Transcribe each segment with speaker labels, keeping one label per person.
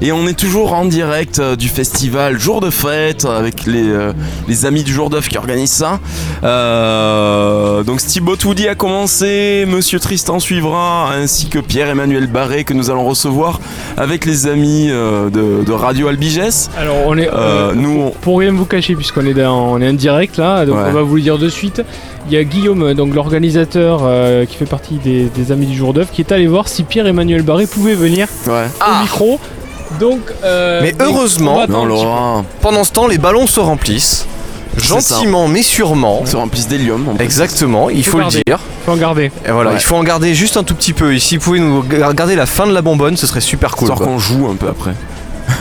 Speaker 1: Et on est toujours en direct euh, du festival Jour de Fête avec les, euh, les amis du Jour d'œuf qui organisent ça. Euh, donc Steve Woody a commencé, Monsieur Tristan suivra, ainsi que Pierre-Emmanuel Barré que nous allons recevoir avec les amis euh, de, de Radio Albigès.
Speaker 2: Alors on est
Speaker 1: Euh,
Speaker 2: on-
Speaker 1: nous, on-
Speaker 2: pour rien vous cacher puisqu'on est dans, on est en direct là, donc
Speaker 1: Ouais.
Speaker 2: on va vous le dire de suite. Il y a Guillaume, donc l'organisateur euh, qui fait partie des, des amis du jour d'œuf, qui est allé voir si Pierre Emmanuel Barré pouvait venir
Speaker 1: Ouais.
Speaker 2: au
Speaker 3: Ah.
Speaker 2: micro. Donc, euh,
Speaker 3: Mais heureusement-
Speaker 2: on va attendre
Speaker 1: Non,
Speaker 2: un petit
Speaker 1: Laura,
Speaker 3: Pendant ce temps, les ballons se remplissent.
Speaker 1: C'est ça.
Speaker 3: Gentiment mais sûrement.
Speaker 1: se remplissent d'hélium. en fait.
Speaker 3: Exactement, il
Speaker 2: Faut
Speaker 3: faut le
Speaker 2: garder.
Speaker 3: dire.
Speaker 2: peu. Faut en garder.
Speaker 3: Et voilà,
Speaker 1: Ouais.
Speaker 3: il faut en garder juste un tout petit peu. Et si vous pouvez nous ga- garder la fin de la bonbonne, ce serait super cool.
Speaker 1: Histoire
Speaker 3: quoi.
Speaker 1: qu'on joue un peu après.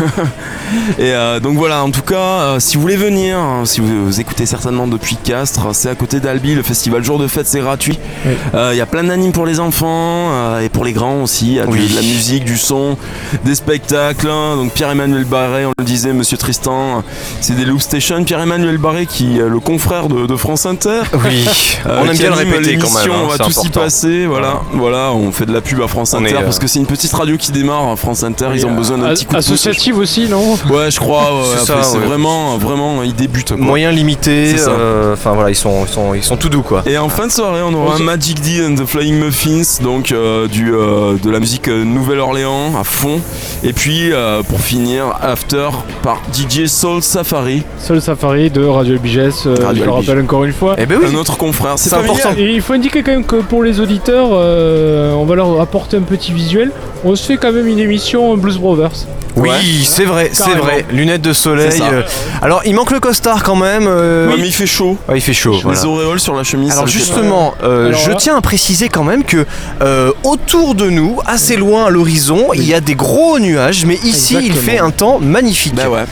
Speaker 1: Et euh, donc voilà, en tout cas, euh, si vous voulez venir, hein, si vous, vous écoutez certainement depuis Castres, hein, c'est à côté d'Albi, le festival Jour de Fête, c'est gratuit. Euh,
Speaker 2: Oui.
Speaker 1: Il y a plein d'animes pour les enfants euh, et pour les grands aussi. Il y a du-
Speaker 3: Oui.
Speaker 1: de la musique, du son, des spectacles. hein. Donc Pierre-Emmanuel Barré, on le disait, Monsieur Tristan, euh, c'est des Loop Station. Pierre-Emmanuel Barré qui est le confrère de, de France Inter.
Speaker 3: Oui,
Speaker 1: Euh,
Speaker 3: on aime
Speaker 1: qui
Speaker 3: bien le
Speaker 1: anime
Speaker 3: répéter quand même.
Speaker 1: l'émission,
Speaker 3: hein,
Speaker 1: on va
Speaker 3: c'est
Speaker 1: tous y
Speaker 3: important.
Speaker 1: passer, voilà. Voilà, on fait de la pub à France
Speaker 3: On
Speaker 1: Inter
Speaker 3: est, euh,
Speaker 1: parce que c'est une petite radio qui démarre. hein, France Inter, ils ont besoin d'un
Speaker 2: As-
Speaker 1: petit coup de pouce.
Speaker 2: Associative aussi, non
Speaker 1: je- Ouais, je crois. ouais,
Speaker 3: C'est
Speaker 1: après,
Speaker 3: ça,
Speaker 1: c'est
Speaker 3: ouais.
Speaker 1: vraiment, vraiment, ils débutent. quoi.
Speaker 3: Moyens limités.
Speaker 1: C'est ça.
Speaker 3: euh, Enfin voilà, ils sont, ils sont, ils sont tout doux quoi.
Speaker 1: Et en fin de soirée, on aura
Speaker 2: Ok.
Speaker 1: Magic D and the Flying Muffins, donc euh, du, euh, de la musique euh, Nouvelle-Orléans à fond. Et puis, euh, pour finir, After par DJ Soul Safari,
Speaker 2: Seul Safari de Radio LBGS, euh,
Speaker 1: Radio
Speaker 2: je le
Speaker 1: LBJ.
Speaker 2: rappelle encore une fois.
Speaker 3: Eh ben
Speaker 1: un
Speaker 3: oui.
Speaker 1: autre confrère. C'est
Speaker 3: C'est
Speaker 1: familial.
Speaker 3: important.
Speaker 2: Et il faut indiquer quand même que pour les auditeurs, euh, on va leur apporter un petit visuel. On se fait quand même une émission Blues Brothers.
Speaker 3: Oui,
Speaker 1: Ouais.
Speaker 3: c'est vrai, c'est
Speaker 2: Carrément.
Speaker 3: vrai. Lunettes de
Speaker 1: C'est
Speaker 3: soleil.
Speaker 1: ça.
Speaker 3: euh, Alors, il manque le costard quand même. euh,
Speaker 1: Ouais, mais il fait chaud.
Speaker 3: ouais, il fait chaud. voilà.
Speaker 1: Les auréoles sur la chemise. ça
Speaker 3: Alors
Speaker 1: le fait pas.
Speaker 3: justement, euh,
Speaker 2: Alors
Speaker 3: je
Speaker 2: là-
Speaker 3: tiens à préciser quand même que euh, autour de nous, assez loin à l'horizon, il y a des gros nuages, mais ici il
Speaker 2: Exactement.
Speaker 3: fait un temps magnifique.
Speaker 1: Bah ouais.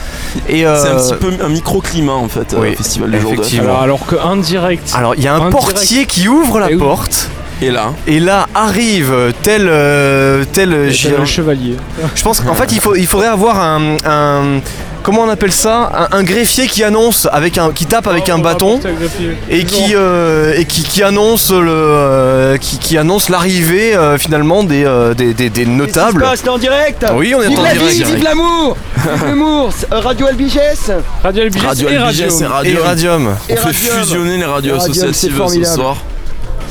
Speaker 3: Et
Speaker 1: C'est un
Speaker 3: euh,
Speaker 1: petit peu un microclimat en fait, euh,
Speaker 3: oui,
Speaker 1: le festival du jour de
Speaker 3: effectivement.
Speaker 2: Alors, alors qu'en direct,
Speaker 3: alors il y a un
Speaker 2: En
Speaker 3: portier qui ouvre la
Speaker 2: Eh oui.
Speaker 3: porte.
Speaker 1: Et là,
Speaker 3: Et là arrive euh, tel euh, tel. euh,
Speaker 2: c'est
Speaker 3: gé-
Speaker 2: le chevalier.
Speaker 3: Je pense qu'en fait il faut il faudrait avoir un, un- comment on appelle ça un, un greffier qui annonce avec un qui tape
Speaker 2: Oh,
Speaker 3: avec un
Speaker 2: Ah,
Speaker 3: bâton. Et qui, euh, et qui, qui annonce le euh, qui, qui annonce l'arrivée euh, finalement des, euh, des, des, des notables.
Speaker 4: C'est en direct
Speaker 1: Ah
Speaker 3: Oui, on est
Speaker 4: Vive
Speaker 3: en
Speaker 4: la
Speaker 3: direct.
Speaker 4: vie, vive l'amour Vive l'humour c'est, euh, Radio Albigès
Speaker 2: Radio LBGS
Speaker 1: Radio
Speaker 2: et
Speaker 1: LBJ,
Speaker 2: Radio.
Speaker 1: c'est
Speaker 3: Et
Speaker 1: Radio.
Speaker 3: Radium.
Speaker 1: On
Speaker 4: Et
Speaker 1: fait
Speaker 4: Radium.
Speaker 1: fusionner les radios
Speaker 4: Et Radium,
Speaker 1: associatives
Speaker 4: c'est
Speaker 1: ce
Speaker 4: formidable.
Speaker 1: soir.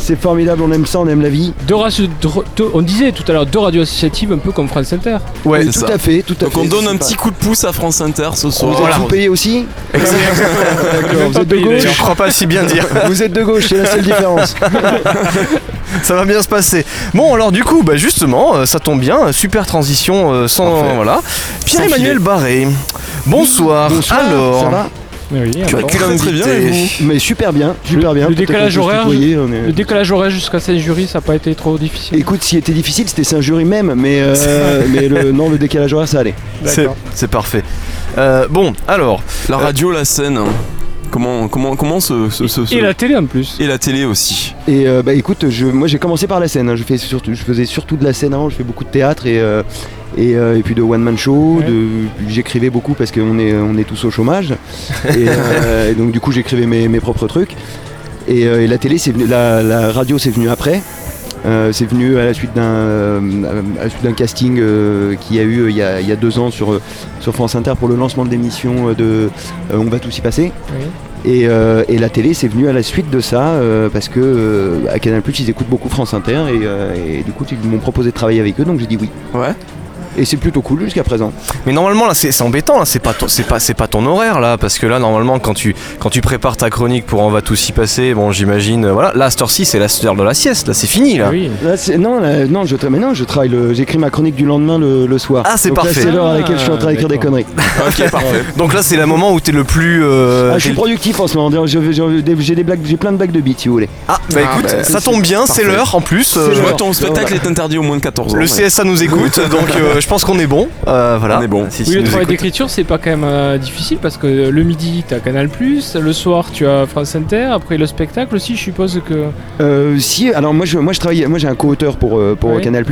Speaker 4: C'est formidable, on aime ça, on aime la vie.
Speaker 2: Deux radio- dro- deux- on disait tout à l'heure deux radios associatives un peu comme France Inter.
Speaker 1: Ouais,
Speaker 4: Oui,
Speaker 1: c'est
Speaker 4: tout
Speaker 1: ça.
Speaker 4: à fait, tout à
Speaker 1: Donc
Speaker 4: fait.
Speaker 1: on donne
Speaker 4: c'est
Speaker 1: un
Speaker 4: pas-
Speaker 1: petit coup de pouce à France Inter ce
Speaker 4: Vous
Speaker 1: soir.
Speaker 4: êtes
Speaker 3: Voilà.
Speaker 4: tout payé aussi D'accord, vous
Speaker 2: pas
Speaker 4: êtes de
Speaker 2: payé,
Speaker 3: Je
Speaker 2: d'ailleurs.
Speaker 4: gauche
Speaker 3: crois pas si bien dire.
Speaker 1: hein.
Speaker 4: Vous êtes de gauche, c'est la seule différence.
Speaker 1: Ah,
Speaker 3: Ça va bien se passer. Bon, alors du coup, bah justement, euh, ça tombe bien. Super transition euh, sans
Speaker 1: Parfait.
Speaker 3: voilà. Pierre-Emmanuel Barré. Bonsoir.
Speaker 4: Bonsoir,
Speaker 3: alors.
Speaker 4: ça va
Speaker 2: Mais oui,
Speaker 1: Tu vas
Speaker 2: alors.
Speaker 1: Bah, très très bien.
Speaker 3: invité.
Speaker 1: et vous
Speaker 4: Mais super bien, super bien.
Speaker 2: le
Speaker 4: Peut-être
Speaker 2: décalage
Speaker 4: qu'on peut se
Speaker 2: horaire,
Speaker 4: tutoyer, on est-
Speaker 2: Le décalage horaire jusqu'à Saint-Jury, ça n'a pas été trop difficile.
Speaker 4: Écoute, s'il était difficile, c'était Saint-Jury même, mais, euh, mais le, non, le décalage horaire, ça allait.
Speaker 3: C'est- C'est parfait. Euh, bon, alors,
Speaker 1: La radio, la scène. hein. Comment comment comment ce, ce- ce- ce-
Speaker 2: Et la télé en plus.
Speaker 1: et la télé aussi.
Speaker 4: Et euh, bah écoute, je, moi j'ai commencé par la scène, hein. je, fais surtout, je faisais surtout de la scène avant, je fais beaucoup de théâtre et, euh, et, euh, et puis de one-man show,
Speaker 2: Ouais.
Speaker 4: de- j'écrivais beaucoup parce qu'on est, on est tous au chômage, et, euh, et donc du coup j'écrivais mes, mes propres trucs. Et, euh, et la télé, c'est venu, la, la radio c'est venu après, Euh, c'est venu à la suite d'un euh, à la suite d'un casting euh, qu'il y a eu euh, il y a, il y a deux ans sur, euh, sur France Inter pour le lancement de l'émission euh, de euh, On va tous y passer.
Speaker 2: Oui.
Speaker 4: Et, euh, et la télé, c'est venu à la suite de ça, euh, parce que euh, à Canal ils écoutent beaucoup France Inter, et, euh, et du coup, ils m'ont proposé de travailler avec eux, donc j'ai dit oui.
Speaker 1: Ouais.
Speaker 4: Et c'est plutôt cool jusqu'à présent.
Speaker 3: Mais normalement là c'est c'est embêtant là, c'est pas ton- c'est pas c'est pas ton horaire là parce que là normalement quand tu quand tu prépares ta chronique pour on va tous y passer, bon j'imagine euh, voilà, là à cette heure-ci c'est la heure de la sieste, là c'est fini là.
Speaker 2: Oui.
Speaker 4: Là, c'est- non, là, non, je, tra- mais non, je travaille, le- j'écris ma chronique du lendemain le, le soir.
Speaker 3: Ah, c'est
Speaker 4: Donc là,
Speaker 3: parfait.
Speaker 4: C'est l'heure à laquelle je suis en train
Speaker 2: Ah,
Speaker 4: d'écrire des
Speaker 2: d'accord.
Speaker 4: conneries.
Speaker 1: Ok parfait.
Speaker 3: Donc là c'est le moment où t'es le plus euh,
Speaker 4: Ah, je suis
Speaker 3: t'es-
Speaker 4: productif en ce moment. J'ai j'ai- j'ai- j'ai des blagues, j'ai plein de blagues de beats, si vous voulez.
Speaker 3: Ah, bah
Speaker 1: Ah,
Speaker 3: écoute,
Speaker 1: bah,
Speaker 3: ça tombe bien, c'est
Speaker 1: parfait.
Speaker 3: l'heure en plus. euh,
Speaker 1: Je vois
Speaker 4: l'heure.
Speaker 1: ton spectacle est interdit au moins de 14 ans.
Speaker 3: le
Speaker 1: ouais.
Speaker 3: CSA nous écoute, donc euh, je pense qu'on est bon. euh, voilà.
Speaker 1: On est bon.
Speaker 3: Si-
Speaker 2: Oui,
Speaker 3: si
Speaker 2: le
Speaker 3: nous
Speaker 2: travail
Speaker 3: écoute.
Speaker 2: d'écriture, c'est pas quand même euh, difficile parce que le midi, t'as Canal, le soir, tu as France Inter, après le spectacle aussi, je suppose que.
Speaker 4: Euh, si, alors moi je, moi je travaille, moi j'ai un co-auteur pour, euh, pour
Speaker 2: Oui.
Speaker 4: Canal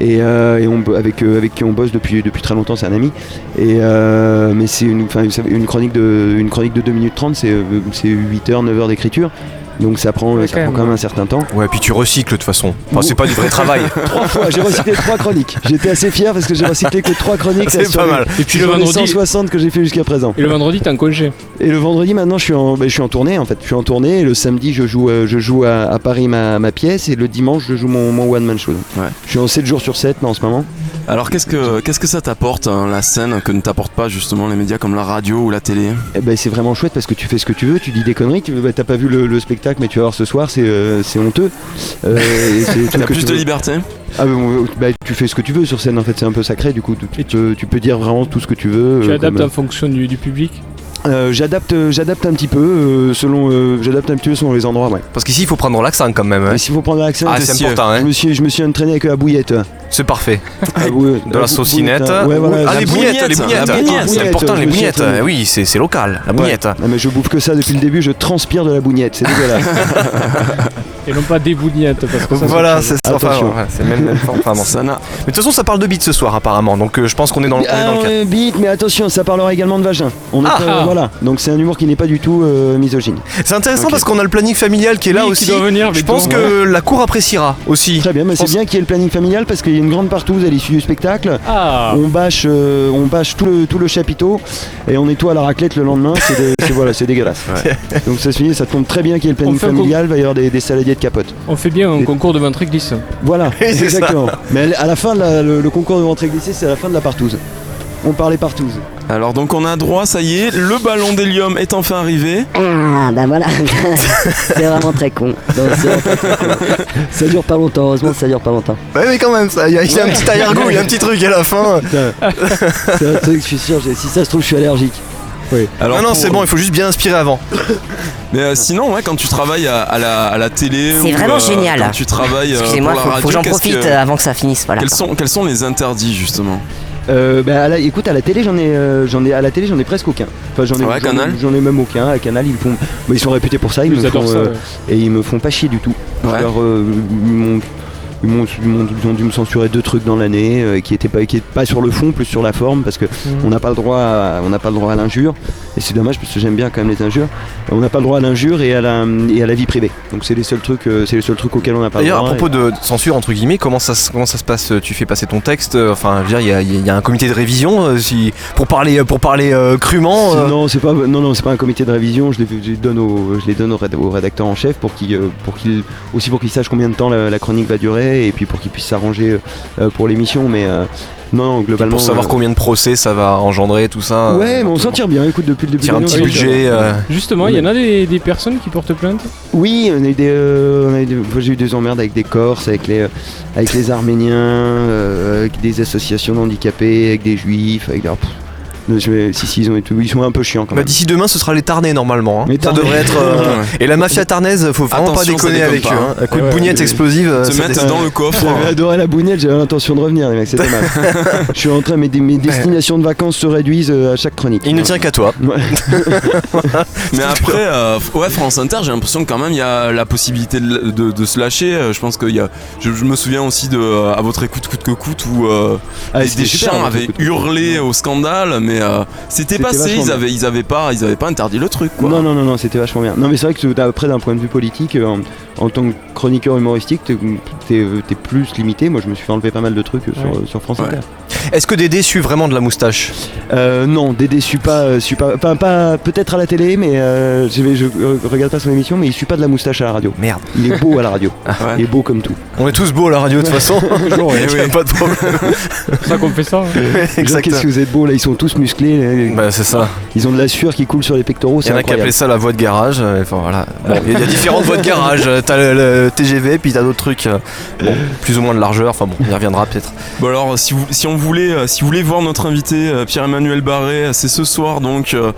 Speaker 4: et, euh, et on, bo- avec, euh, avec qui on bosse depuis, depuis très longtemps, c'est un ami. Et, euh, mais c'est une, enfin, vous savez, une, chronique de, une chronique de 2 minutes 30, c'est, euh, c'est 8 heures, 9 heures d'écriture. Donc ça prend,
Speaker 2: Ouais, quand
Speaker 4: ça prend
Speaker 2: même. hein.
Speaker 4: quand même un certain temps.
Speaker 3: Ouais, puis tu recycles de toute façon. Enfin, c'est pas du vrai travail.
Speaker 4: Trois fois, j'ai recyclé trois chroniques. J'étais assez fier parce que j'ai recyclé que trois chroniques. là,
Speaker 3: C'est
Speaker 4: sur
Speaker 3: pas
Speaker 4: les-
Speaker 3: mal.
Speaker 2: Et puis le
Speaker 4: sur les
Speaker 2: vendredi,
Speaker 4: 160 que j'ai fait jusqu'à présent.
Speaker 2: et le vendredi, t'as un
Speaker 3: Euh,
Speaker 2: congé.
Speaker 4: Et le vendredi maintenant je suis en, ben, je suis en tournée en fait. Je suis en tournée et le samedi je joue, euh, je joue à, à Paris ma, ma pièce et le dimanche je joue mon, mon one man show.
Speaker 1: Ouais.
Speaker 4: Je suis en 7 jours sur 7 là, en ce moment.
Speaker 1: Alors qu'est-ce que qu'est-ce que ça t'apporte hein, la scène que ne t'apportent pas justement les médias comme la radio ou la télé
Speaker 4: Eh ben, c'est vraiment chouette parce que tu fais ce que tu veux, tu dis des conneries, tu ben, t'as pas vu le, le spectacle mais tu vas voir ce soir c'est euh, c'est honteux. Euh, et c'est tout
Speaker 1: T'as
Speaker 4: ce que
Speaker 1: plus
Speaker 4: tu
Speaker 1: de
Speaker 4: veux.
Speaker 1: liberté
Speaker 4: Ah ben, bon, ben, tu fais ce que tu veux sur scène en fait c'est un peu sacré du coup tu, tu
Speaker 2: Et tu-
Speaker 4: peux, tu peux dire vraiment tout ce que tu veux.
Speaker 2: Tu
Speaker 4: euh,
Speaker 2: adaptes
Speaker 4: comme-
Speaker 2: en fonction du, du public.
Speaker 4: Euh, j'adapte j'adapte un petit peu euh, selon euh, j'adapte un petit peu selon les endroits ouais.
Speaker 3: Parce qu'ici, il faut prendre l'accent quand même. hein.
Speaker 4: Mais s'il faut prendre l'accent
Speaker 3: Ah,
Speaker 4: t'es-
Speaker 3: c'est
Speaker 1: sûr.
Speaker 3: important,
Speaker 4: je
Speaker 3: hein.
Speaker 4: me suis je me suis entraîné avec la bouillette.
Speaker 3: C'est parfait.
Speaker 4: Ah, oui,
Speaker 3: De la saucinette.
Speaker 4: Ouais, voilà,
Speaker 3: Ah,
Speaker 4: la
Speaker 3: les
Speaker 4: bouillette.
Speaker 3: bouillettes, les
Speaker 1: bouillette,
Speaker 3: bouillettes.
Speaker 1: la bouillette.
Speaker 3: C'est important,
Speaker 4: Je
Speaker 3: les
Speaker 4: me suis
Speaker 3: bouillettes.
Speaker 4: entraîné.
Speaker 3: Eh Oui, c'est c'est local, la
Speaker 4: Ouais.
Speaker 3: bouillette. hein.
Speaker 4: Non, mais je bouffe que ça depuis le début, je transpire de la bougnette, c'est dégueulasse.
Speaker 2: Et non pas des bougnettes. Parce que ça,
Speaker 3: Voilà, c'est ça. Enfin,
Speaker 4: Attention.
Speaker 3: ouais, c'est même, même forme, enfin, bon.
Speaker 1: Ça n'a-
Speaker 3: Mais de toute façon, ça parle de bite ce soir, apparemment. Donc, euh, je pense qu'on est dans le, on est
Speaker 4: ah,
Speaker 3: dans le cadre.
Speaker 4: ouais, bite, mais attention, ça parlera également de vagin. On est
Speaker 3: Ah.
Speaker 4: pas- voilà, donc c'est un humour qui n'est pas du tout euh, misogyne.
Speaker 3: C'est intéressant parce qu'on a le planning familial qui est là
Speaker 2: Oui, qui
Speaker 3: aussi.
Speaker 2: doit venir avec
Speaker 3: Je pense
Speaker 2: toi.
Speaker 3: que la cour appréciera aussi.
Speaker 4: Très bien, mais c'est
Speaker 3: pense-
Speaker 4: bien qu'il y ait le planning familial parce qu'il y a une grande partouze à l'issue du spectacle.
Speaker 2: Ah
Speaker 4: On bâche, euh, on bâche tout, le, tout le chapiteau et on nettoie la raclette le lendemain. C'est dé- c'est- voilà, c'est dégueulasse. Donc ça se finit, ça tombe très bien qu'il y ait le planning
Speaker 2: On fait un
Speaker 4: familial. Il va y avoir des, des saladiers de capote.
Speaker 2: On fait bien un
Speaker 4: Et-
Speaker 2: concours de ventre glisse.
Speaker 4: Voilà,
Speaker 3: Oui, c'est
Speaker 4: exactement. Mais à la fin, la- le, le concours de rentrée glissée, c'est à la fin de la partouze. On parlait partouze.
Speaker 1: Alors donc on a droit, ça y est, le ballon d'hélium est enfin arrivé.
Speaker 5: Ah, bah voilà, c'est vraiment très con. Non, c'est vraiment très, très con. Ça dure pas longtemps, heureusement que ça dure pas longtemps.
Speaker 3: Ouais, mais quand même, ça, il y, a il y a un petit arrière-goût, il y a un petit truc à la fin.
Speaker 4: Putain,
Speaker 5: C'est un truc, je suis sûr, j'ai- si ça se trouve, je suis allergique.
Speaker 1: Alors
Speaker 4: Ah
Speaker 3: non, non,
Speaker 1: pour-
Speaker 3: c'est bon, il faut juste bien inspirer avant.
Speaker 1: Mais euh, sinon, ouais, quand tu travailles à, à la, à la télé,
Speaker 6: C'est
Speaker 1: ou,
Speaker 6: vraiment génial.
Speaker 1: Quand euh, tu travailles euh,
Speaker 6: Excusez-moi,
Speaker 1: pour la
Speaker 6: faut, faut
Speaker 1: radio,
Speaker 6: que j'en
Speaker 1: qu'est-ce
Speaker 6: profite
Speaker 1: que-
Speaker 6: euh, avant que ça finisse. Voilà.
Speaker 1: quels sont quels sont les interdits justement
Speaker 4: Euh, bah, à la- écoute, à la télé, j'en ai, euh, j'en ai, à la télé, j'en ai presque aucun. Enfin, j'en ai,
Speaker 1: Ouais,
Speaker 4: j'en-
Speaker 1: Canal.
Speaker 4: j'en ai même aucun. À Canal, ils font, mais ils sont réputés pour ça. Ils,
Speaker 2: Ils
Speaker 4: me font,
Speaker 2: adorent ça.
Speaker 4: euh,
Speaker 2: ouais.
Speaker 4: et ils me font pas chier du tout.
Speaker 1: Ouais.
Speaker 4: Alors, euh, ils m'ont- ils m'ont- ils m'ont- ils ont dû me censurer deux trucs dans l'année euh, qui étaient pas, qui étaient pas sur le fond, plus sur la forme, parce que
Speaker 3: Mhm.
Speaker 4: on n'a pas le droit, à, on n'a pas le droit à l'injure. Et c'est dommage parce que j'aime bien quand même les injures. On n'a pas le droit à l'injure et à la, et à la vie privée. Donc c'est les seuls trucs, euh, c'est les seuls trucs auxquels on n'a pas le droit.
Speaker 3: D'ailleurs, à propos
Speaker 4: Et-
Speaker 3: de censure, entre guillemets, comment ça, se- comment ça se passe Tu fais passer ton texte euh, Enfin, je veux dire, il y a- il y, a un comité de révision euh, si, pour parler, pour parler euh, crûment. euh,
Speaker 4: Non, c'est pas, non, non, c'est pas un comité de révision. Je les, je les donne au, je les donne au, réd- au rédacteur en chef pour qu'il, euh, pour qu'il, aussi pour qu'il sache combien de temps la, la chronique va durer et puis pour qu'il puisse s'arranger euh, pour l'émission. Mais euh, non, non, globalement.
Speaker 3: pour savoir
Speaker 4: euh,
Speaker 3: combien de procès ça va engendrer, tout ça.
Speaker 4: Ouais, mais on s'en tire bien. Écoute, depuis le début.
Speaker 3: Tire un
Speaker 4: de
Speaker 3: petit
Speaker 4: l'année, on s'en tire
Speaker 3: budget.
Speaker 4: bien.
Speaker 3: euh,
Speaker 2: Justement, il y en a des, des personnes qui portent plainte.
Speaker 4: Oui, on a eu des, euh, on a eu des- moi, j'ai eu des emmerdes avec des Corses, avec les, euh, avec les Arméniens, euh, avec des associations d'handicapés, avec des Juifs, avec. leur- pff, je vais- si, si, ils, ont été- ils sont un peu chiants quand
Speaker 3: Bah,
Speaker 4: même.
Speaker 3: D'ici demain, ce sera les Tarnais normalement. hein.
Speaker 4: Les
Speaker 3: Ça
Speaker 4: Tarnais.
Speaker 3: devrait être. euh,
Speaker 1: Ouais.
Speaker 3: Et la mafia tarnaise, faut vraiment
Speaker 1: Attention,
Speaker 3: pas
Speaker 1: ça
Speaker 3: déconner
Speaker 1: déconne
Speaker 3: avec
Speaker 1: pas,
Speaker 3: eux.
Speaker 1: hein.
Speaker 3: hein. Un coup de
Speaker 2: Ouais,
Speaker 3: boulette
Speaker 4: ouais.
Speaker 3: explosive. euh,
Speaker 1: Se
Speaker 3: ça
Speaker 1: mettre
Speaker 3: déconne.
Speaker 1: dans le coffre.
Speaker 4: J'avais adoré la bougnette, j'avais l'intention de revenir, les mecs, c'est dommage. Je suis en train, mes, mes destinations de vacances se réduisent euh, à chaque chronique.
Speaker 3: Il ne tient qu'à toi.
Speaker 4: Ouais.
Speaker 1: Mais après, euh, f- ouais, France Inter, j'ai l'impression que quand même il y a la possibilité de, de- de se lâcher. Euh, Je pense qu'il y a. Je, je me souviens aussi de euh, à votre écoute coûte que coûte où euh,
Speaker 4: Ah,
Speaker 1: les-
Speaker 4: c'était
Speaker 1: des
Speaker 4: super,
Speaker 1: gens
Speaker 4: hein,
Speaker 1: avaient
Speaker 4: écoute.
Speaker 1: hurlé au scandale, mais euh, c'était
Speaker 4: C'était
Speaker 1: passé.
Speaker 4: vachement
Speaker 1: Ils
Speaker 4: bien.
Speaker 1: avaient, ils avaient pas, ils avaient pas interdit le truc. Quoi.
Speaker 4: Non, non, non, non, c'était vachement bien. Non, mais c'est vrai que après, d'un point de vue politique, euh, en, en tant que chroniqueur humoristique, t'es- t'es euh, t'es plus limité. Moi, je me suis fait enlever pas mal de trucs euh, sur,
Speaker 2: Ouais.
Speaker 4: euh, sur France
Speaker 1: Ouais.
Speaker 4: Inter.
Speaker 3: Est-ce que Dédé suit vraiment de la moustache
Speaker 4: Euh, non, Dédé, je suis pas. euh, je suis pas, enfin, pas Peut-être à la télé, mais euh, je, vais- je euh, regarde pas son émission, mais il suit pas de la moustache à la radio.
Speaker 3: Merde.
Speaker 4: Il est beau à la radio.
Speaker 1: ouais.
Speaker 4: Il est beau comme tout.
Speaker 3: On est tous beaux à la radio de toute façon.
Speaker 1: Eh
Speaker 3: Il y a
Speaker 1: oui.
Speaker 3: Pas de problème.
Speaker 2: C'est pour ça qu'on fait ça. hein.
Speaker 4: Genre, Qu'est-ce que vous êtes beau là Ils sont tous musclés. euh,
Speaker 3: Bah, c'est ça.
Speaker 4: Ils ont de la sueur qui coule sur les pectoraux.
Speaker 3: Il y
Speaker 4: C'est
Speaker 3: en a qui
Speaker 4: incroyable.
Speaker 3: appelaient ça la voie de garage. euh, Enfin voilà. Bon, il y a différentes voies de garage. Euh, T'as le, le TGV, puis t'as d'autres trucs. euh, Bon, plus ou moins de largeur. Enfin bon, on y reviendra peut-être.
Speaker 1: Bon alors, si, vous, si on voulait, euh, si vous voulez voir notre invité euh, Pierre-Emmanuel Barré, euh, c'est ce soir donc euh,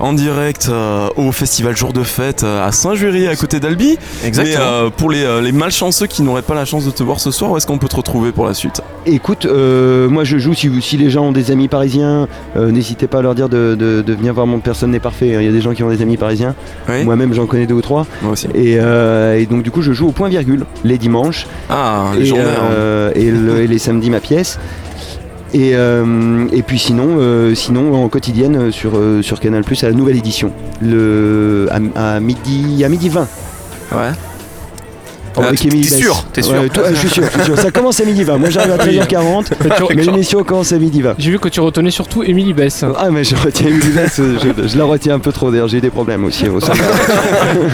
Speaker 1: en direct euh, au festival Jour de Fête euh, à Saint-Jury à côté d'Albi. Mais euh, pour les, euh, les malchanceux qui n'auraient pas la chance de te voir ce soir, où est-ce qu'on peut te retrouver pour la suite
Speaker 4: Écoute, euh, moi je joue. Si, vous- si les gens ont des amis parisiens, euh, n'hésitez pas à leur dire de, de- de venir voir mon personne n'est parfait. hein. Il y a des gens qui ont des amis parisiens.
Speaker 1: Oui.
Speaker 4: Moi-même, j'en connais deux ou trois.
Speaker 1: Moi aussi.
Speaker 4: Et, euh, et donc, du coup, je joue au point virgule les dimanches
Speaker 1: Ah, les
Speaker 4: et,
Speaker 1: journaires.
Speaker 3: hein.
Speaker 4: euh, et le- et les samedis ma pièce. Et, euh, et puis sinon, euh, sinon en quotidienne euh, sur, euh, sur Canal Plus à la nouvelle édition le, à, à midi à midi 20
Speaker 1: Ouais.
Speaker 4: Oh, avec Émilie
Speaker 3: Ah, t'es
Speaker 4: Bess.
Speaker 3: sûr, t'es sûr.
Speaker 4: Ouais, toi, je suis sûr, je suis sûr. Ça commence à midi 20. Moi, j'arrive à 13h40, mais l'émission commence à midi 20.
Speaker 2: J'ai vu que tu retenais surtout Émilie Bess.
Speaker 4: Ah, mais je retiens Émilie Bess, je, je la retiens un peu trop d'ailleurs. J'ai eu des problèmes aussi au sein de-
Speaker 3: Non, euh,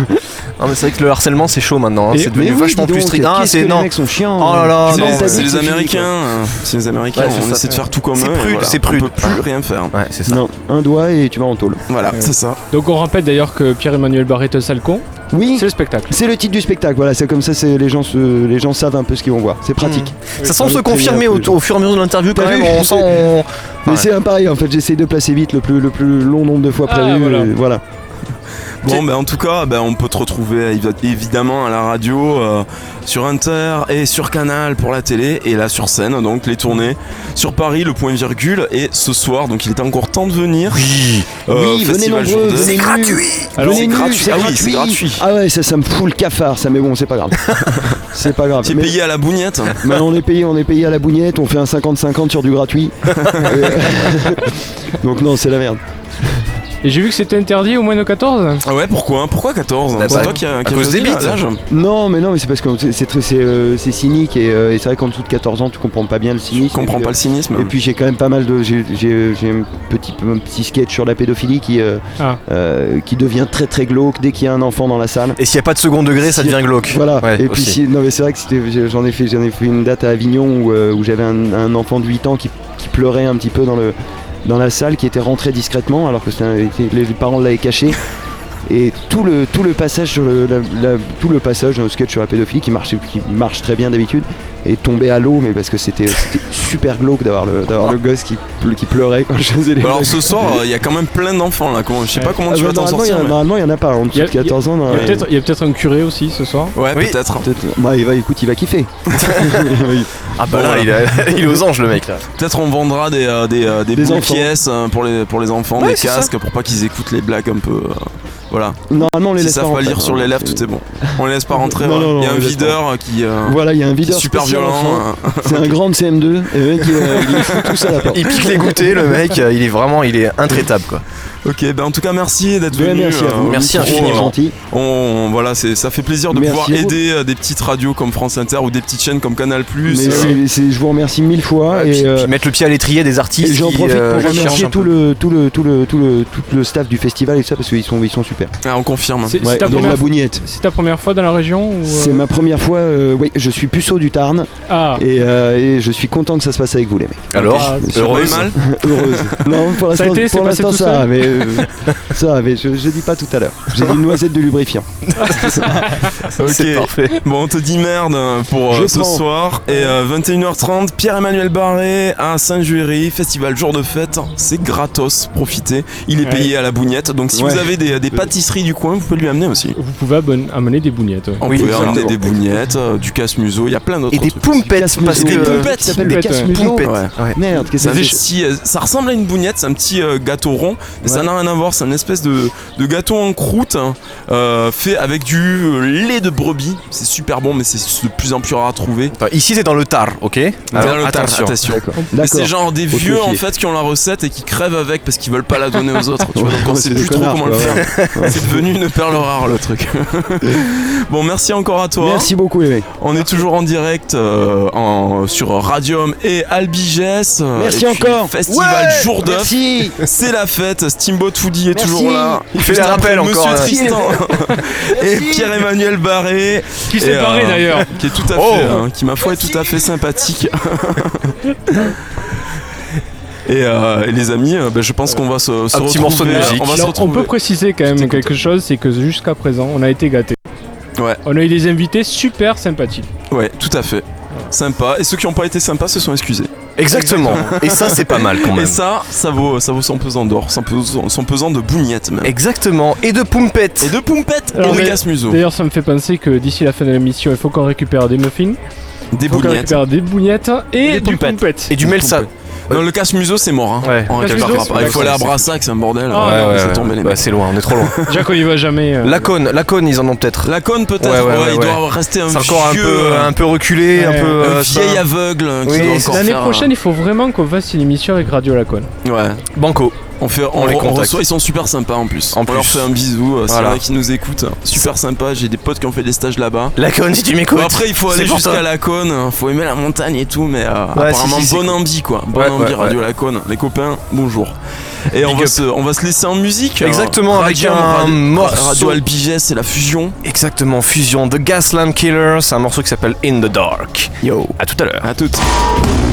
Speaker 3: ah, mais c'est vrai que le harcèlement c'est chaud maintenant. hein.
Speaker 2: Et-
Speaker 3: C'est
Speaker 4: Mais
Speaker 3: devenu
Speaker 4: oui,
Speaker 3: vachement
Speaker 4: dis
Speaker 3: plus
Speaker 4: donc,
Speaker 3: strict. Ah,
Speaker 4: qu'est-ce
Speaker 3: c'est
Speaker 4: que les
Speaker 3: non.
Speaker 4: mecs sont chiants.
Speaker 3: Oh là là,
Speaker 4: Ils
Speaker 1: C'est
Speaker 3: non.
Speaker 4: ont
Speaker 1: les,
Speaker 4: pas
Speaker 1: c'est
Speaker 4: dit
Speaker 1: les
Speaker 4: que fini,
Speaker 1: Américains, euh, c'est les Américains,
Speaker 3: Ouais, c'est
Speaker 1: on
Speaker 3: ça.
Speaker 1: essaie de faire tout comme
Speaker 3: C'est
Speaker 1: eux. et
Speaker 3: prude,
Speaker 1: voilà,
Speaker 3: c'est prude.
Speaker 1: On peut plus rien faire.
Speaker 3: Ouais, c'est
Speaker 4: quoi.
Speaker 3: ça.
Speaker 4: hein. Non, un doigt et tu vas en tôle.
Speaker 1: Voilà, c'est ça.
Speaker 2: Donc on rappelle d'ailleurs que Pierre-Emmanuel Barrette Salcon,
Speaker 4: Oui,
Speaker 2: c'est le spectacle.
Speaker 4: c'est le titre du spectacle. Voilà, c'est comme ça, c'est- les gens, se- les gens savent un peu ce qu'ils vont voir. C'est pratique.
Speaker 3: Ça
Speaker 4: on
Speaker 3: semble se
Speaker 4: le prévient
Speaker 3: confirmer
Speaker 4: un
Speaker 3: au,
Speaker 4: peu,
Speaker 3: au fur et à mesure de l'interview quand
Speaker 4: T'as
Speaker 3: même.
Speaker 4: vu
Speaker 3: On sent. on-
Speaker 4: Mais
Speaker 3: Ouais.
Speaker 4: c'est un pareil en fait, j'essaie de placer vite le plus, le plus long nombre de fois
Speaker 2: Ah,
Speaker 4: prévu.
Speaker 2: voilà.
Speaker 4: euh, voilà.
Speaker 1: Bon, ben en tout cas, ben, on peut te retrouver euh, évi- évidemment à la radio, euh, sur Inter et sur Canal pour la télé, et là sur scène, donc les tournées sur Paris, le point virgule, et ce soir, donc il est encore temps de venir. euh, Oui,
Speaker 4: oui, venez nombreux, venez gratuit.
Speaker 2: Alors,
Speaker 4: venez
Speaker 1: c'est
Speaker 4: nus,
Speaker 1: gratuit.
Speaker 4: c'est
Speaker 1: Ah oui,
Speaker 4: gratuit.
Speaker 1: c'est gratuit.
Speaker 4: Ah ouais, ça, ça me fout le cafard, ça, mais bon, c'est pas grave. c'est pas grave.
Speaker 1: C'est
Speaker 4: Mais-
Speaker 1: payé à la bougnette.
Speaker 4: mais on est payé, on est payé à la bougnette, on fait un 50-50 sur du gratuit. Et- Donc non, c'est la merde.
Speaker 2: Et j'ai vu que c'était interdit au moins de 14
Speaker 1: Ah ouais, pourquoi Pourquoi 14
Speaker 3: Bah,
Speaker 1: C'est
Speaker 3: bah,
Speaker 1: toi qui a, qui a
Speaker 3: cause
Speaker 1: choisi
Speaker 3: des bites.
Speaker 1: l'âge.
Speaker 4: Non, mais non, mais c'est parce que c'est- c'est très- c'est euh, c'est cynique et, euh, et c'est vrai qu'en dessous de 14 ans, tu comprends pas bien le cynisme.
Speaker 1: Je comprends
Speaker 4: Et puis, euh,
Speaker 1: pas le cynisme.
Speaker 4: Et puis j'ai quand même pas mal de. J'ai j'ai- j'ai un petit, un petit sketch sur la pédophilie qui, euh,
Speaker 2: Ah.
Speaker 4: euh, qui devient très très glauque dès qu'il y a un enfant dans la salle.
Speaker 3: Et s'il n'y a pas de second degré, ça
Speaker 4: Si-
Speaker 3: devient glauque.
Speaker 4: Voilà.
Speaker 3: Ouais,
Speaker 4: et puis
Speaker 3: aussi.
Speaker 4: si- non mais c'est vrai que c'était- j'en ai fait j'en ai fait une date à Avignon où, euh, où j'avais un, un enfant de 8 ans qui, qui pleurait un petit peu dans le dans la salle qui était rentré discrètement alors que c'était un- était- les parents l'avaient caché. Et tout le, tout le passage sur le, la- la- tout le passage dans le sketch sur la pédophilie qui marche, qui marche très bien d'habitude est tombé à l'eau mais parce que c'était c'était super glauque d'avoir le, d'avoir le gosse qui, ple- qui pleurait quand je faisais les
Speaker 1: Bah, Alors ce soir, il y a quand même plein d'enfants là. Comment, je sais
Speaker 2: Ouais.
Speaker 1: pas comment
Speaker 4: Ah
Speaker 1: tu
Speaker 4: bah,
Speaker 1: vas t'en
Speaker 4: normalement, il y en
Speaker 1: sortir.
Speaker 4: a-
Speaker 1: mais-
Speaker 4: Normalement il y en a pas en dessous
Speaker 2: Y a-
Speaker 4: de 14
Speaker 2: Il
Speaker 4: ans.
Speaker 2: y
Speaker 4: ouais.
Speaker 2: a peut-être il y a peut-être un curé aussi ce soir.
Speaker 1: Ouais,
Speaker 3: Oui.
Speaker 1: peut-être.
Speaker 4: Peut-être- bah, il va, écoute, il va kiffer.
Speaker 3: Ah bah là, il, a- il est aux anges le mec là.
Speaker 1: Peut-être on vendra des, euh, des, euh, des,
Speaker 4: Des
Speaker 1: boules
Speaker 4: enfants.
Speaker 1: pièces euh, pour les, pour les enfants,
Speaker 3: Ouais,
Speaker 1: des
Speaker 3: c'est ça.
Speaker 1: casques pour pas qu'ils écoutent les blagues un peu. euh, voilà.
Speaker 4: Normalement, on les
Speaker 1: S'ils
Speaker 4: laisse
Speaker 1: savent pas
Speaker 4: rentrer.
Speaker 1: lire sur les lèvres, tout est bon. On les laisse pas rentrer.
Speaker 4: Non,
Speaker 1: ouais.
Speaker 4: non, non,
Speaker 1: il y a
Speaker 4: on
Speaker 1: un
Speaker 4: les laisse
Speaker 1: videur euh, qui. euh,
Speaker 4: Voilà, il y a un
Speaker 1: qui est
Speaker 4: videur
Speaker 1: super
Speaker 4: spécial enfant.
Speaker 1: violent. euh.
Speaker 4: C'est un grand CM2. Et le mec, il, euh, il fout tout ça à la porte.
Speaker 3: Il pique les goûters, le mec, euh, il est vraiment, il est intraitable quoi.
Speaker 1: Ok, ben en tout cas merci d'être
Speaker 4: Ouais,
Speaker 1: venu.
Speaker 4: merci à
Speaker 1: euh,
Speaker 4: vous.
Speaker 1: au
Speaker 3: merci
Speaker 1: micro,
Speaker 3: infiniment.
Speaker 1: euh,
Speaker 4: gentil.
Speaker 1: On, on- voilà, c'est ça fait plaisir de
Speaker 4: Merci
Speaker 1: pouvoir
Speaker 4: à vous.
Speaker 1: aider euh, des petites radios comme France Inter ou des petites chaînes comme Canal
Speaker 4: Mais
Speaker 2: euh,
Speaker 1: Plus. euh,
Speaker 4: c'est- c'est- je vous remercie mille fois.
Speaker 3: Ouais, puis,
Speaker 4: et euh,
Speaker 3: puis mettre le pied à l'étrier des
Speaker 4: et
Speaker 3: artistes.
Speaker 4: j'en
Speaker 3: qui,
Speaker 4: profite
Speaker 3: euh,
Speaker 4: pour
Speaker 3: cherchent
Speaker 4: remercier
Speaker 3: un
Speaker 4: tout
Speaker 3: peu.
Speaker 4: le, tout, le, tout, le, tout, le, tout le staff du festival et tout ça parce qu'ils sont, ils sont super.
Speaker 1: ah, on confirme.
Speaker 2: C'est c'est
Speaker 4: Ouais,
Speaker 2: ta,
Speaker 4: donc
Speaker 2: première-
Speaker 4: la bougnette.
Speaker 2: c'est ta première fois dans la région ou, euh,
Speaker 4: C'est ma première fois. euh, oui, je suis puceau du Tarn
Speaker 2: Ah,
Speaker 4: et, euh, et je suis content que ça se passe avec vous, les mecs.
Speaker 3: Alors,
Speaker 2: Ah,
Speaker 1: Pas
Speaker 3: heureuse.
Speaker 1: mal.
Speaker 4: Heureuse. Non, pour
Speaker 2: Ça a
Speaker 4: l'instant,
Speaker 2: été, c'est
Speaker 4: pour
Speaker 2: passé
Speaker 4: l'instant,
Speaker 2: tout
Speaker 4: ça,
Speaker 2: seul
Speaker 4: mais euh, ça, mais je, je dis pas tout à l'heure. J'ai dit noisette de lubrifiant.
Speaker 3: C'est
Speaker 1: Ok.
Speaker 3: parfait.
Speaker 1: Bon, on te dit merde pour euh,
Speaker 4: Je
Speaker 1: ce
Speaker 4: prends.
Speaker 1: soir. Et euh, 21h30, Pierre-Emmanuel Barré à Saint-Juéry, festival jour de fête. C'est gratos, profitez. Il est
Speaker 2: Ouais.
Speaker 1: payé à la bougnette. Donc si
Speaker 4: Ouais.
Speaker 1: vous avez des, des pâtisseries du coin, vous pouvez lui amener aussi.
Speaker 2: vous pouvez abonne- amener des bougnettes. ouais.
Speaker 1: On
Speaker 3: Oui,
Speaker 1: peut
Speaker 3: exactement.
Speaker 1: amener des bougnettes, euh, du casse-museau, il y a plein d'autres
Speaker 3: Et des
Speaker 1: trucs.
Speaker 3: pompettes parce
Speaker 4: Casse-museau,
Speaker 3: que.
Speaker 4: euh,
Speaker 1: pompettes.
Speaker 4: qui s'appelle
Speaker 2: Des
Speaker 4: des
Speaker 2: pompettes, ouais.
Speaker 4: casse-museaux.
Speaker 3: Pompettes.
Speaker 1: Ouais.
Speaker 3: Ouais.
Speaker 4: Merde, qu'est-ce
Speaker 1: Ça,
Speaker 4: que
Speaker 1: fait
Speaker 4: c'est
Speaker 1: si- euh, ça ressemble à une bougnette, c'est un petit euh, gâteau rond, mais ça
Speaker 4: Ouais.
Speaker 1: n'a rien à voir, c'est une espèce de, de gâteau en croûte hein, euh, fait avec du euh, lait de brebis. C'est super bon, mais c'est de plus en plus rare à trouver.
Speaker 3: Attends, ici c'est dans le tar, ok Alors,
Speaker 1: Alors,
Speaker 3: attention.
Speaker 1: attention.
Speaker 4: D'accord.
Speaker 1: Mais c'est genre des
Speaker 4: Faut se
Speaker 1: vieux en
Speaker 4: méfier.
Speaker 1: fait qui ont la recette et qui crèvent avec parce qu'ils veulent pas la donner aux autres. Tu vois, donc on
Speaker 4: Ouais,
Speaker 1: sait
Speaker 4: c'est
Speaker 1: plus
Speaker 4: des
Speaker 1: trop
Speaker 4: connards,
Speaker 1: comment le
Speaker 4: quoi,
Speaker 1: faire. C'est devenu une perle rare le truc. bon, merci encore à toi.
Speaker 4: Merci beaucoup, les mecs.
Speaker 1: On est toujours en direct euh, en- sur Radium et Albiges. euh,
Speaker 4: Merci
Speaker 1: et puis
Speaker 4: encore.
Speaker 1: Festival Jour d'œuf.
Speaker 4: Merci.
Speaker 1: C'est la fête. Steamboat Woody est
Speaker 4: Merci.
Speaker 1: toujours là.
Speaker 3: Il fait
Speaker 1: Juste
Speaker 3: les rappels
Speaker 1: après,
Speaker 3: encore, là.
Speaker 1: Monsieur Tristan et Pierre-Emmanuel Barré.
Speaker 2: Qui s'est
Speaker 1: Et,
Speaker 2: barré
Speaker 1: euh,
Speaker 2: d'ailleurs
Speaker 1: qui est tout à fait,
Speaker 3: Oh.
Speaker 1: hein, qui ma foi est tout à fait sympathique. Et, euh, et les amis, euh, ben, je pense qu'on va se, se
Speaker 3: Un
Speaker 1: retrouver.
Speaker 3: petit
Speaker 1: euh,
Speaker 3: morceau de musique.
Speaker 1: On va se
Speaker 2: Alors, on
Speaker 1: retrouver.
Speaker 2: peut préciser quand même quelque chose, c'est que jusqu'à présent, on a été gâtés.
Speaker 1: Ouais.
Speaker 2: On a eu des invités super sympathiques.
Speaker 1: Ouais, tout à fait. Sympa. Et ceux qui n'ont pas été sympas se sont excusés.
Speaker 3: Exactement. Et ça c'est pas mal quand
Speaker 1: Et
Speaker 3: même.
Speaker 1: ça, ça vaut, ça vaut son pesant d'or, son pesant, son pesant de bougnette même.
Speaker 3: Exactement. Et de pompettes.
Speaker 1: Et de pompettes
Speaker 2: Alors,
Speaker 1: et de
Speaker 2: mais-
Speaker 1: casse-museau.
Speaker 2: D'ailleurs, ça me fait penser que d'ici la fin de l'émission, il faut qu'on récupère des muffins,
Speaker 1: Des
Speaker 2: il faut qu'on
Speaker 1: bougnettes.
Speaker 2: récupère des bougnettes et,
Speaker 3: des
Speaker 2: du
Speaker 3: pompettes.
Speaker 2: pompette.
Speaker 3: Et du melsa.
Speaker 1: Non, le casse-museau, c'est mort. hein.
Speaker 3: Ouais.
Speaker 1: On
Speaker 2: Casse-museau,
Speaker 1: récupérera
Speaker 2: c'est
Speaker 1: pas. Il faut
Speaker 3: vrai,
Speaker 1: aller à
Speaker 3: c'est-
Speaker 1: Brassac, c'est un bordel.
Speaker 2: Ah,
Speaker 1: Ouais,
Speaker 2: ouais,
Speaker 1: ouais, c'est tombé, les
Speaker 3: Bah,
Speaker 1: mecs.
Speaker 3: c'est loin, on est trop loin.
Speaker 2: Déjà qu'on y va jamais. euh,
Speaker 3: La cône, la cône, ils en ont peut-être.
Speaker 1: La conne peut-être.
Speaker 3: Ouais, ouais,
Speaker 1: ouais,
Speaker 3: ouais,
Speaker 1: il
Speaker 3: ouais.
Speaker 1: doit rester un
Speaker 3: C'est encore un
Speaker 1: vieux,
Speaker 3: peu,
Speaker 1: euh,
Speaker 3: un peu reculé, un
Speaker 2: Ouais.
Speaker 3: peu.
Speaker 1: un
Speaker 3: euh,
Speaker 1: vieil
Speaker 3: ça.
Speaker 1: aveugle qui
Speaker 3: Oui,
Speaker 1: doit
Speaker 3: c'est-
Speaker 1: encore
Speaker 2: L'année
Speaker 1: faire, euh,
Speaker 2: prochaine, il faut vraiment qu'on fasse une émission avec Radio Lacone.
Speaker 1: Ouais.
Speaker 3: Banco.
Speaker 1: On, fait, euh, on,
Speaker 3: On les
Speaker 1: on
Speaker 3: contacte.
Speaker 1: reçoit, ils sont super sympas en plus.
Speaker 3: En
Speaker 1: on
Speaker 3: plus.
Speaker 1: leur fait un bisou, euh, s'il y en a
Speaker 3: Voilà.
Speaker 1: qui nous écoutent. Super sympa, j'ai des potes qui ont fait des stages là-bas.
Speaker 3: La conne, si tu m'écoutes.
Speaker 1: Bon, après, il faut
Speaker 3: c'est
Speaker 1: aller
Speaker 3: pour toi.
Speaker 1: jusqu'à la cône, hein, faut aimer la montagne et tout, mais euh, apparemment,
Speaker 3: si, si, c'est
Speaker 1: bonne
Speaker 3: cool.
Speaker 1: ambi quoi. Bonne
Speaker 3: Ouais,
Speaker 1: ambi,
Speaker 3: ouais,
Speaker 1: Radio la cône. Les copains, bonjour. Et on
Speaker 3: Big
Speaker 1: va,
Speaker 3: up.
Speaker 1: se, on va se laisser en musique.
Speaker 3: Exactement, avec
Speaker 1: Radium,
Speaker 3: un
Speaker 1: Rad-
Speaker 3: morceau.
Speaker 1: Radio Albigès, c'est la fusion.
Speaker 3: Exactement, fusion de Gasland Killer, c'est un morceau qui s'appelle In the Dark. Yo. À tout à l'heure.
Speaker 1: À toutes.
Speaker 3: Radium,